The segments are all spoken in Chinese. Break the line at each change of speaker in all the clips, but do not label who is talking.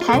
台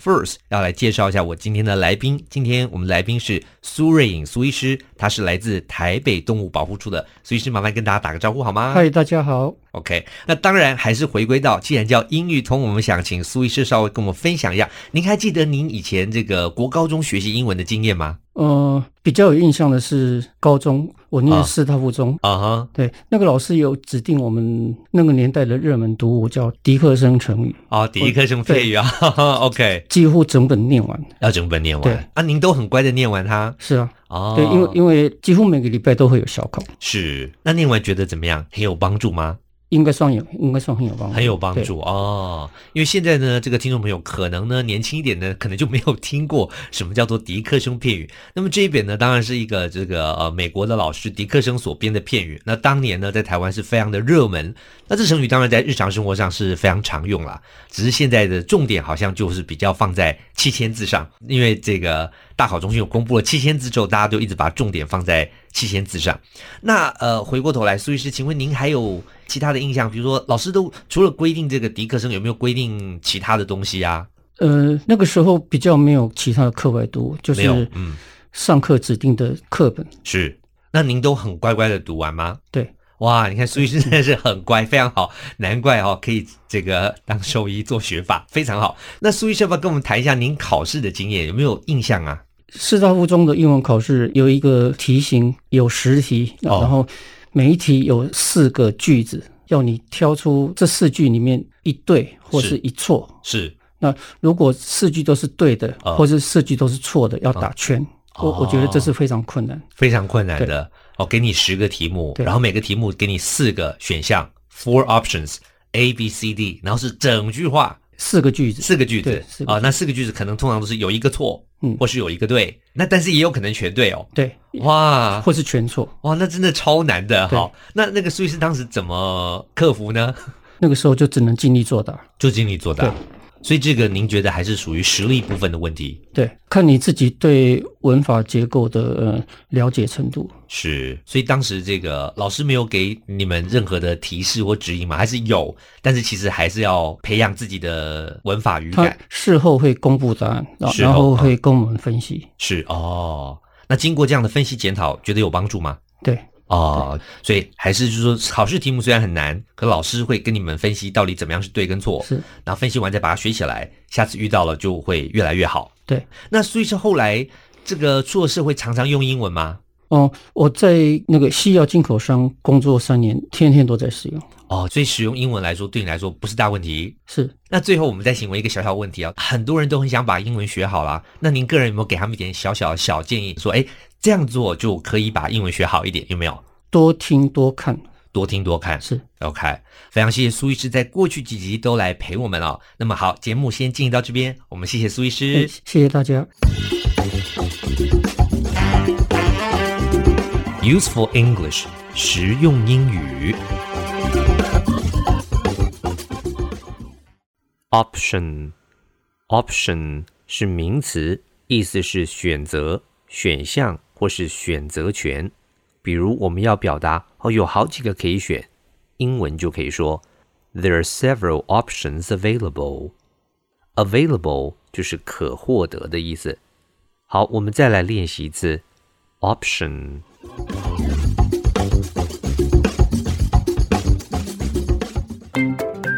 First，要来介绍一下我今天的来宾。今天我们来宾是苏瑞颖苏医师，他是来自台北动物保护处的。苏医师，麻烦跟大家打个招呼好吗？
嗨，大家好。
OK，那当然还是回归到，既然叫英语通，我们想请苏医师稍微跟我们分享一下，您还记得您以前这个国高中学习英文的经验吗？
呃，比较有印象的是高中，我
啊
念师大附中，
啊哈，
对，那个老师有指定我们那个年代的热门读物叫迪克森成语，
哦，第一课生配语啊哈哈，OK，
几乎整本念完。
要整本念
对
完啊，您都很乖的念完它
是啊，
哦，
对，因为因为几乎每个礼拜都会有小考，
是那念完觉得怎么样？很有帮助吗？
应该算有，应该算很有帮助，
很有帮
对。
助哦，因为现在呢，这个听众朋友可能呢年轻一点呢，可能就没有听过什么叫做迪克生片语。那么这一本呢，当然是一个这个呃美国的老师迪克生所编的片语。那当年呢，在台湾是非常的热门。那这成语当然在日常生活上是非常常用啦，只是现在的重点好像就是比较放在七千字上，因为这个大考中心有公布了七千字之后，大家就一直把重点放在七千字上。那呃，回过头来，苏医师，请问您还有其他的印象？比如说，老师都除了规定这个迪克生，有没有规定其他的东西啊？
呃，那个时候比较没有其他的课外读物，就
没有
是，
嗯，
上课指定的课本。
是。那您都很乖乖的读完吗？
对，
哇，你看苏医师真的是很乖，非常好，难怪哦，可以这个当兽医做学法，非常好。那苏医师要不要跟我们谈一下您考试的经验，有没有印象啊？
师大附中的英文考试有一个题型，有十题，
哦
然后每一题有四个句子，要你挑出这四句里面一对或
是
是一错。
是
那如果四句都是对的，
哦
或是四句都是错的，要打圈。我我觉得这是非常困难。
非常困难的哦，给你十个题目，
对
然后每个题目给你四个选项，four options A B C D，然后是整句话
四个句子，
四个句子
对四个
啊、那四个句子可能通常都是有一个错，
嗯
或是有一个对，那但是也有可能全对哦。
对，
哇
或是全错。
哇，那真的超难的哈、
对
那那个苏医师当时怎么克服 呢？
那个时候就只能尽力作答。
就经理作答
对。
所以这个您觉得还是属于实力部分的问题？
对，看你自己对文法结构的呃了解程度。
是，所以当时这个老师没有给你们任何的提示或指引吗？还是有，但是其实还是要培养自己的文法语
他
感。
事后会公布答案，然后
事后哦
然后会跟我们分析。
是哦，那经过这样的分析检讨，觉得有帮助吗？
对，
哦，所以还是就是说，考试题目虽然很难，可老师会跟你们分析到底怎么样是对跟错，
是
然后分析完再把它学起来，下次遇到了就会越来越好。
对。
那所以是后来这个出了社会常常用英文吗？
哦，我在那个西药进口商工作三年，天天都在使用。
哦，所以使用英文来说对你来说不是大问题。
是，
那最后我们再请问一个小小问题啊，很多人都很想把英文学好啦，那您个人有没有给他们一点小小小建议，说哎这样做就可以把英文学好一点，有没有？
多听多看。
多听多看
是，
，OK。非常谢谢苏医师在过去几集都来陪我们哦。那么好，节目先进行到这边，我们谢谢苏医
哎
师。
谢谢大家。
Useful English，实用英语。Option，Option 是名词，意思是选择、选项或是选择权。比如我们要表达哦，有好几个可以选，英文就可以说 There are several options available。Available 就是可获得的意思。好，我们再来练习一次 option。